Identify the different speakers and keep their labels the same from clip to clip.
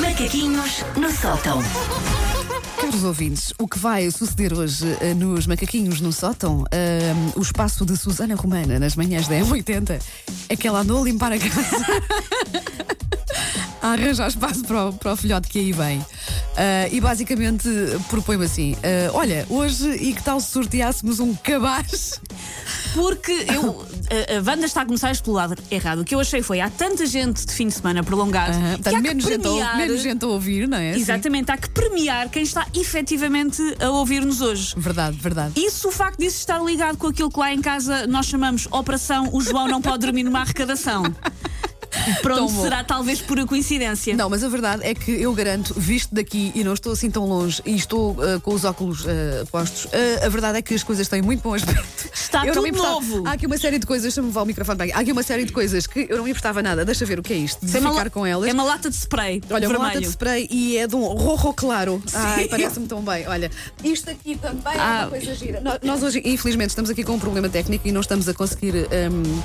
Speaker 1: Macaquinhos no sótão.
Speaker 2: Caros ouvintes, o que vai suceder hoje eh, nos Macaquinhos no Sótão, eh, o espaço de Susana Romana nas manhãs da M80, é que ela andou a limpar a casa. a arranjar espaço para o, para o filhote que aí vem. Ah, e basicamente propõe-me assim: ah, olha, hoje e que tal se sorteássemos um cabaz?
Speaker 3: Porque eu, a, a banda está a começar a explorar errado. O que eu achei foi há tanta gente de fim de semana prolongado.
Speaker 2: Ah,
Speaker 3: que há
Speaker 2: portanto, menos,
Speaker 3: que
Speaker 2: gente a, ou-
Speaker 3: premiar,
Speaker 2: menos gente a ouvir, não é? Sim.
Speaker 3: Exatamente, há que premiar quem está efetivamente a ouvir-nos hoje.
Speaker 2: Verdade, verdade.
Speaker 3: E se o facto disso estar ligado com aquilo que lá em casa nós chamamos Operação O João Não Pode Dormir numa Arrecadação.
Speaker 2: Tão
Speaker 3: Pronto,
Speaker 2: bom.
Speaker 3: será talvez pura coincidência.
Speaker 2: Não, mas a verdade é que eu garanto, visto daqui e não estou assim tão longe e estou ah, com os óculos ah, postos, ah, a verdade é que as coisas têm muito bom aspecto.
Speaker 3: Está
Speaker 2: eu não me
Speaker 3: tudo
Speaker 2: importava-
Speaker 3: novo.
Speaker 2: Há aqui uma série de coisas, deixa-me levar o microfone bem. Há aqui uma série de coisas que eu não me importava nada, deixa ver o que é isto, de
Speaker 3: Isso é uma
Speaker 2: ficar
Speaker 3: la-
Speaker 2: com elas.
Speaker 3: É uma lata de spray.
Speaker 2: Olha, uma
Speaker 3: vermelho.
Speaker 2: lata de spray e é de um rojo claro. Ai, parece-me tão bem. Olha, isto aqui também é uma
Speaker 3: Ah.
Speaker 2: coisa gira. Nó- Nós, hoje, infelizmente, estamos aqui com um problema técnico e não estamos a conseguir hum,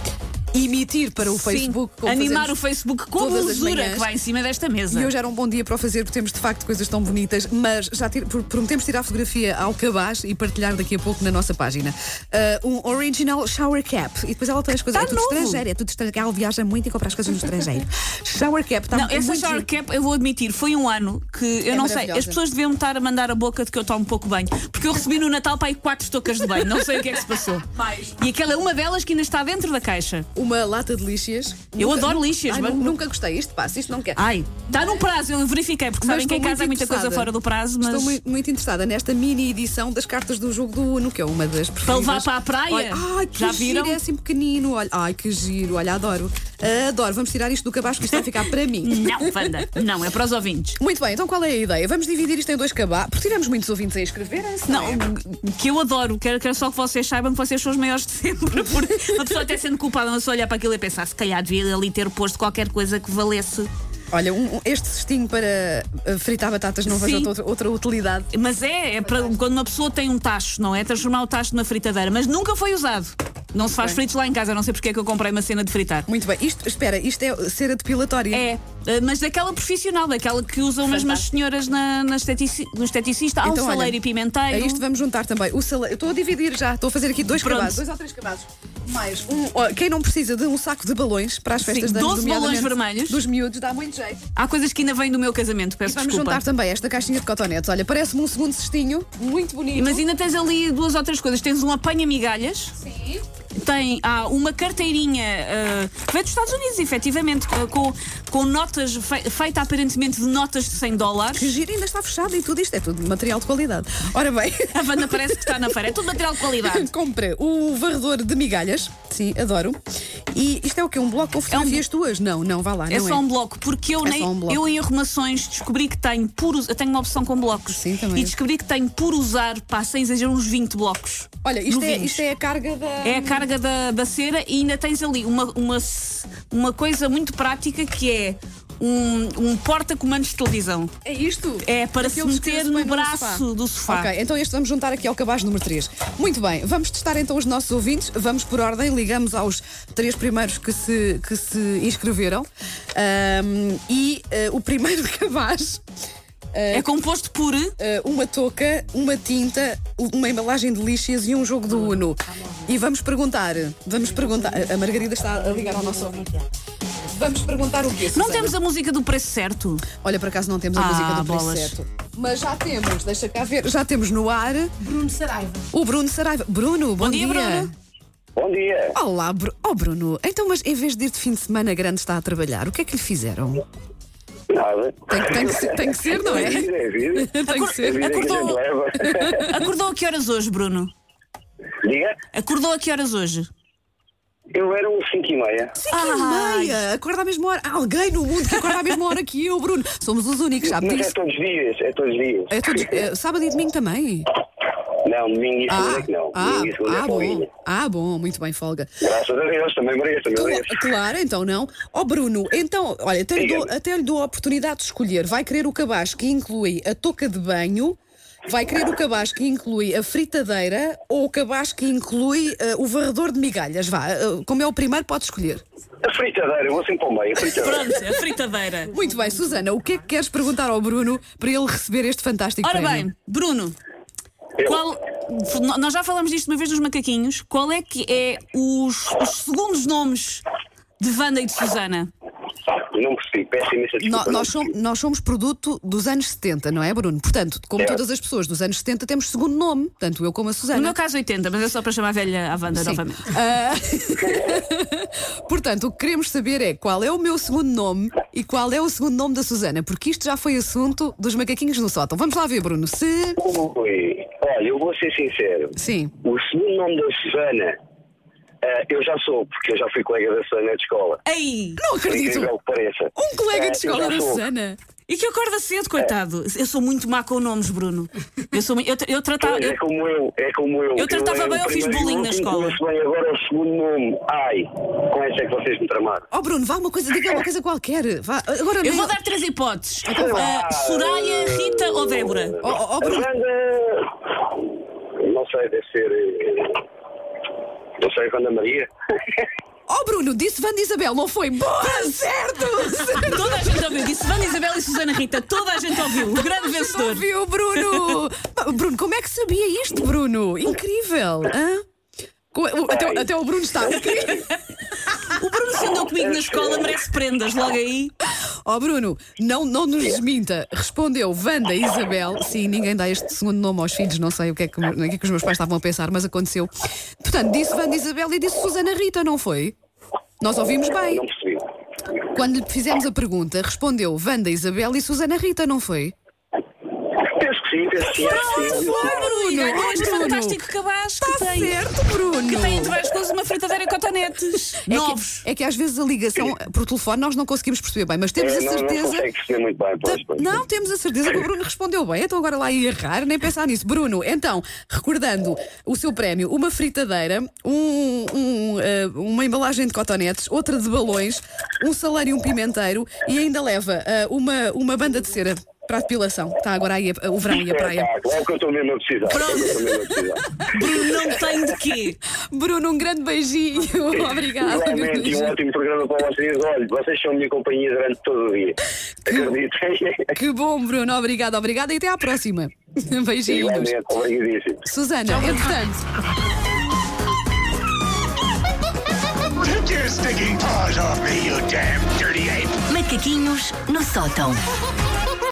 Speaker 2: emitir para o
Speaker 3: Sim,
Speaker 2: Facebook. como
Speaker 3: Animar
Speaker 2: fazemos
Speaker 3: o Facebook com a
Speaker 2: todas as
Speaker 3: belezura
Speaker 2: manhãs.
Speaker 3: que vai em cima desta mesa.
Speaker 2: e hoje era um bom dia para o fazer, porque temos de facto coisas tão bonitas, mas já tir- pr- prometemos um tirar fotografia ao cabaz e partilhar daqui a pouco na nossa página. Ah, um original shower cap. E depois ela tem as coisas.
Speaker 3: Tá
Speaker 2: é tudo
Speaker 3: novo.
Speaker 2: estrangeiro, é tudo estrangeiro. Ela viaja muito e compra as coisas no estrangeiro. shower cap, está
Speaker 3: Não, essa
Speaker 2: é muito
Speaker 3: shower
Speaker 2: giro.
Speaker 3: cap, eu vou admitir, foi um ano que eu
Speaker 2: É
Speaker 3: não sei,
Speaker 2: maravilhosa.
Speaker 3: as pessoas deviam estar a mandar a boca de que eu tomo pouco banho, porque eu recebi no Natal para aí quatro estocas de banho, não sei o que é que se passou. E aquela é uma delas que ainda está dentro da caixa.
Speaker 2: Uma lata de lixas.
Speaker 3: Eu adoro lixas,
Speaker 2: Ai,
Speaker 3: mas-
Speaker 2: nu- nunca gostei. Isto passa, isto não quero.
Speaker 3: Ai, está num prazo, eu verifiquei, porque
Speaker 2: Mas
Speaker 3: sabem que em
Speaker 2: estou
Speaker 3: casa há
Speaker 2: muito
Speaker 3: muita coisa
Speaker 2: interessada.
Speaker 3: fora do prazo, mas.
Speaker 2: Estou muito, muito interessada nesta mini edição das cartas do jogo do Uno, que é uma das preferidas.
Speaker 3: levar para a praia?
Speaker 2: Olha, ai, que
Speaker 3: Já
Speaker 2: giro,
Speaker 3: viram?
Speaker 2: é assim pequenino. Olha, ai, que giro, olha, adoro. Adoro, vamos tirar isto do cabaz que isto vai ficar para mim.
Speaker 3: Não, Wanda, não, é para os ouvintes.
Speaker 2: Muito bem, então qual é a ideia? Vamos dividir isto em dois cabazes, porque tivemos muitos ouvintes a inscreverem-se.
Speaker 3: Não,
Speaker 2: é?
Speaker 3: que eu adoro, quero, quero só que vocês saibam que vocês são os maiores de sempre. Porque uma pessoa até sendo culpada, uma pessoa olhar para aquilo e pensar, se calhar devia ali ter posto qualquer coisa que valesse.
Speaker 2: Olha, um- um- este cestinho para uh, fritar batatas não vejo
Speaker 3: Sim.
Speaker 2: outra, outra utilidade.
Speaker 3: Mas é, é para quando uma pessoa tem um tacho, não é? Transformar o tacho numa fritadeira, mas nunca foi usado. Não se faz fritos lá em casa, não sei porque é que eu comprei uma cena de fritar.
Speaker 2: Muito bem, isto, espera, isto é cera depilatória.
Speaker 3: É, eh, mas daquela profissional, daquela que usam mesmo as senhoras na, na estetici- no esteticista, há um
Speaker 2: Então, olha,
Speaker 3: saleiro e
Speaker 2: A
Speaker 3: pimenteiro.
Speaker 2: isto vamos juntar também o salão. Eu estou a dividir já, estou a fazer aqui dois
Speaker 3: Pronto.
Speaker 2: cabazes, dois ou três cabazes. Mais um. ó, Quem não precisa de um saco de balões para as festas
Speaker 3: Sim,
Speaker 2: de anos,
Speaker 3: 12 balões
Speaker 2: nomeadamente
Speaker 3: vermelhos.
Speaker 2: Dos miúdos, dá muito jeito.
Speaker 3: Há coisas que ainda vêm do meu casamento,
Speaker 2: E
Speaker 3: peço
Speaker 2: vamos
Speaker 3: desculpa.
Speaker 2: juntar também esta caixinha de cotonetes. Olha, parece-me um segundo cestinho, muito bonito.
Speaker 3: Mas ainda tens ali duas ou três coisas. Tens um apanha-migalhas. Sim. Tem há uma carteirinha eh, que veio dos Estados Unidos, efetivamente, co- com, com notas, fe- feita aparentemente de notas de 100 dólares.
Speaker 2: Que giro, ainda está fechado e tudo isto é tudo material de qualidade. Ora bem.
Speaker 3: A banda parece que está na feira. É tudo material de qualidade.
Speaker 2: Compra o varredor de migalhas, sim, adoro. E isto é o quê? Um bloco com fotografias tuas? Não, não, vá lá.
Speaker 3: É
Speaker 2: não
Speaker 3: só um bloco, porque eu,
Speaker 2: É
Speaker 3: nem,
Speaker 2: só um bloco.
Speaker 3: eu em arrumações descobri que tenho por us- eu tenho uma opção com blocos.
Speaker 2: Sim, também.
Speaker 3: E descobri que tenho por usar, pá, sem exagero, uns 20 blocos.
Speaker 2: Olha, isto é,
Speaker 3: Novinhos.
Speaker 2: isto é a carga da.
Speaker 3: É a carga da, da cera e ainda tens ali uma, uma, s- uma coisa muito prática que é um, um porta-comandos de televisão.
Speaker 2: É isto?
Speaker 3: É para se
Speaker 2: Aqueles que
Speaker 3: meter
Speaker 2: põem
Speaker 3: no braço do sofá.
Speaker 2: Ok, então este vamos juntar aqui ao cabaz número 3. Muito bem, vamos testar então os nossos ouvintes. Vamos por ordem, ligamos aos três primeiros que se, que se inscreveram. Ahm, e eh, o primeiro cabaz. eh,
Speaker 3: É composto por.
Speaker 2: eh, uma touca, uma tinta, uma embalagem de lixas e um jogo do Uno. E vamos perguntar, vamos perguntar. A Margarida está a ligar ao nosso ouvinte. Vamos perguntar o quê?
Speaker 3: Não
Speaker 2: Susana?
Speaker 3: temos a música do preço certo.
Speaker 2: Olha, por acaso não temos a
Speaker 3: Ah,
Speaker 2: música do preço
Speaker 3: bolas.
Speaker 2: certo. Mas já temos, deixa cá ver, já temos no ar. Bruno Saraiva. O Bruno Saraiva. Bruno, bom,
Speaker 3: dia, Bruno.
Speaker 4: Bom dia.
Speaker 2: Olá, Bru- oh Bruno. Então, mas em vez de ir de fim de semana grande está a trabalhar, o que é que lhe fizeram?
Speaker 4: Nada.
Speaker 2: Tem, que- tem que, ser, tem que ser, não
Speaker 4: É
Speaker 2: é?
Speaker 4: vida, é vida.
Speaker 2: Tem que
Speaker 4: É
Speaker 2: ser.
Speaker 4: vida que a gente
Speaker 3: Acordou.
Speaker 4: leva.
Speaker 3: Acordou a que horas hoje, Bruno?
Speaker 4: Diga,
Speaker 3: Acordou a que horas hoje?
Speaker 4: eu era um 5 e meia.
Speaker 2: Ah, meia, acorda à mesma hora. Há alguém no mundo que acorda à mesma hora que eu, Bruno. Somos os únicos, sabe
Speaker 4: Mas é
Speaker 2: disso?
Speaker 4: todos os dias, é todos os dias.
Speaker 2: É todos- é, sábado e domingo também.
Speaker 4: Não, domingo e segunda é que não.
Speaker 2: ah,
Speaker 4: Domingo e segunda
Speaker 2: ah,
Speaker 4: é
Speaker 2: bom.
Speaker 4: folguinha.
Speaker 2: Ah, bom, muito bem, folga.
Speaker 4: Graças a Deus, também mereço, também
Speaker 2: Cla-
Speaker 4: mereço.
Speaker 2: Claro, então não. Ó Bruno, então, olha, até lhe, dou,
Speaker 4: Diga-me.
Speaker 2: até lhe dou a oportunidade de escolher. Vai querer o cabaz que inclui a touca de banho, Vai querer o cabaz que inclui a fritadeira ou o cabaz que inclui eh, o varredor de migalhas? Vá, eh, como é o primeiro, pode escolher.
Speaker 4: A fritadeira, eu vou sempre ao meio, a fritadeira.
Speaker 3: Pronto, a fritadeira.
Speaker 2: Muito bem, Susana, o que é que queres perguntar ao Bruno para ele receber este fantástico
Speaker 3: Ora
Speaker 2: prémio?
Speaker 3: bem, Bruno,
Speaker 4: Eu-
Speaker 3: qual- no- nós já falamos disto uma vez dos macaquinhos. Qual é que é os, os segundos nomes de Wanda e de Susana?
Speaker 4: Ah, Não percebi, peço imensa
Speaker 2: No-
Speaker 4: desculpa.
Speaker 2: nós, som- nós somos produto dos anos 70, não é, Bruno? Portanto, como
Speaker 4: É.
Speaker 2: todas as pessoas dos anos 70, temos segundo nome, tanto eu como a Susana.
Speaker 3: No meu caso, 80, mas é só para chamar a velha à Wanda
Speaker 2: Sim.
Speaker 3: novamente.
Speaker 2: Ah, Portanto, o que queremos saber é qual é o meu segundo nome e qual é o segundo nome da Susana, porque isto já foi assunto dos macaquinhos no sótão. Vamos lá ver, Bruno. Se.
Speaker 4: Ui, olha, eu vou ser sincero.
Speaker 2: Sim.
Speaker 4: O segundo nome da Susana, eh, eu já sou, porque eu já fui colega da Susana de escola.
Speaker 3: Ei!
Speaker 2: Não
Speaker 4: Por
Speaker 2: acredito!
Speaker 4: Incrível que pareça.
Speaker 2: Um colega de
Speaker 4: Eh, eu já
Speaker 2: escola da
Speaker 4: sou.
Speaker 2: Susana.
Speaker 3: E que acorda cedo, coitado. Eu sou muito má com nomes, Bruno. Eu, sou, mui- eu, tra- eu tratava.
Speaker 4: Pois,
Speaker 3: Tá, eu-
Speaker 4: é como eu, é como eu.
Speaker 3: Eu tratava
Speaker 4: era
Speaker 3: bem,
Speaker 4: o
Speaker 3: eu fiz
Speaker 4: primeiro
Speaker 3: bullying
Speaker 4: e o
Speaker 3: na
Speaker 4: último,
Speaker 3: escola.
Speaker 4: conheço bem agora é o segundo nome. Ai, com essa é que vocês me tramaram.
Speaker 2: Oh, Bruno, vá uma coisa, diga uma coisa qualquer. Vá, agora
Speaker 3: eu
Speaker 2: não-
Speaker 3: vou dar três hipóteses:
Speaker 4: Então vá.
Speaker 3: Ah, Soraya, Rita ou Débora?
Speaker 2: Oh, oh, oh,
Speaker 4: a
Speaker 2: Bruno.
Speaker 4: Wanda, não sei, deve ser. eh, Não sei, Wanda Maria.
Speaker 2: Oh, Bruno, disse Wanda Isabel, não foi? Boa, certo!
Speaker 3: Toda a gente ouviu. Disse Wanda, Isabel e Susana Rita. Toda a gente ouviu. O grande vencedor.
Speaker 2: Viu, Bruno? Pá, Bruno, como é que sabia isto, Bruno? Incrível! hã? Co- o- Até, até o Bruno está.
Speaker 3: O Bruno se andou comigo na escola, merece prendas. Logo aí.
Speaker 2: Ó Bruno, não, não nos desminta. Respondeu Wanda Isabel. Sim, ninguém dá este segundo nome aos filhos, não sei o que é que, o que é que os meus pais estavam a pensar, mas aconteceu. Portanto, disse Wanda Isabel e disse Susana Rita, não foi? Nós ouvimos bem.
Speaker 4: Não percebi.
Speaker 2: Quando lhe fizemos a pergunta, respondeu Wanda Isabel e Susana Rita, não foi?
Speaker 4: Penso que sim, penso que sim. acho que sim.
Speaker 3: Bruno, ganhou este
Speaker 2: Bruno.
Speaker 3: fantástico cabaz que
Speaker 2: Está
Speaker 3: tem.
Speaker 2: certo, Bruno!
Speaker 3: Que tem, entre várias coisas, uma fritadeira e cotonetes.
Speaker 2: É que-
Speaker 3: Novos.
Speaker 2: É que, às vezes a ligação por telefone nós não conseguimos perceber bem, mas temos
Speaker 4: É,
Speaker 2: a
Speaker 4: não, não
Speaker 2: certeza.
Speaker 4: consegue perceber muito
Speaker 3: Tá,
Speaker 4: bem, pois,
Speaker 2: Ta-
Speaker 4: pois.
Speaker 2: Não, temos a certeza que o Bruno respondeu bem. Então agora lá ia errar, nem pensar nisso. Bruno, então, recordando o seu prémio, uma fritadeira, um- um, eh, uma embalagem de cotonetes, outra de balões, um salário e um pimenteiro e ainda leva eh, uma, uma banda de cera para a depilação. Está agora aí a- o verão e a praia.
Speaker 4: Espetáculo, é o que eu estou mesmo a precisar. é o que eu estou mesmo a precisar.
Speaker 3: Bruno não tem de quê.
Speaker 2: Bruno, um grande beijinho. Obrigada.
Speaker 4: Igualmente, e um ótimo programa para vocês. Olha, vocês são a minha companhia durante todo o dia. Acreditem.
Speaker 2: Que bom, Bruno. Obrigada, obrigada e até à próxima. Beijinhos.
Speaker 4: Igualmente, obrigadíssimo.
Speaker 2: Susana, entretanto.
Speaker 1: Take your stinking paws off me, you damn dirty ape!
Speaker 5: Macaquinhos no sótão.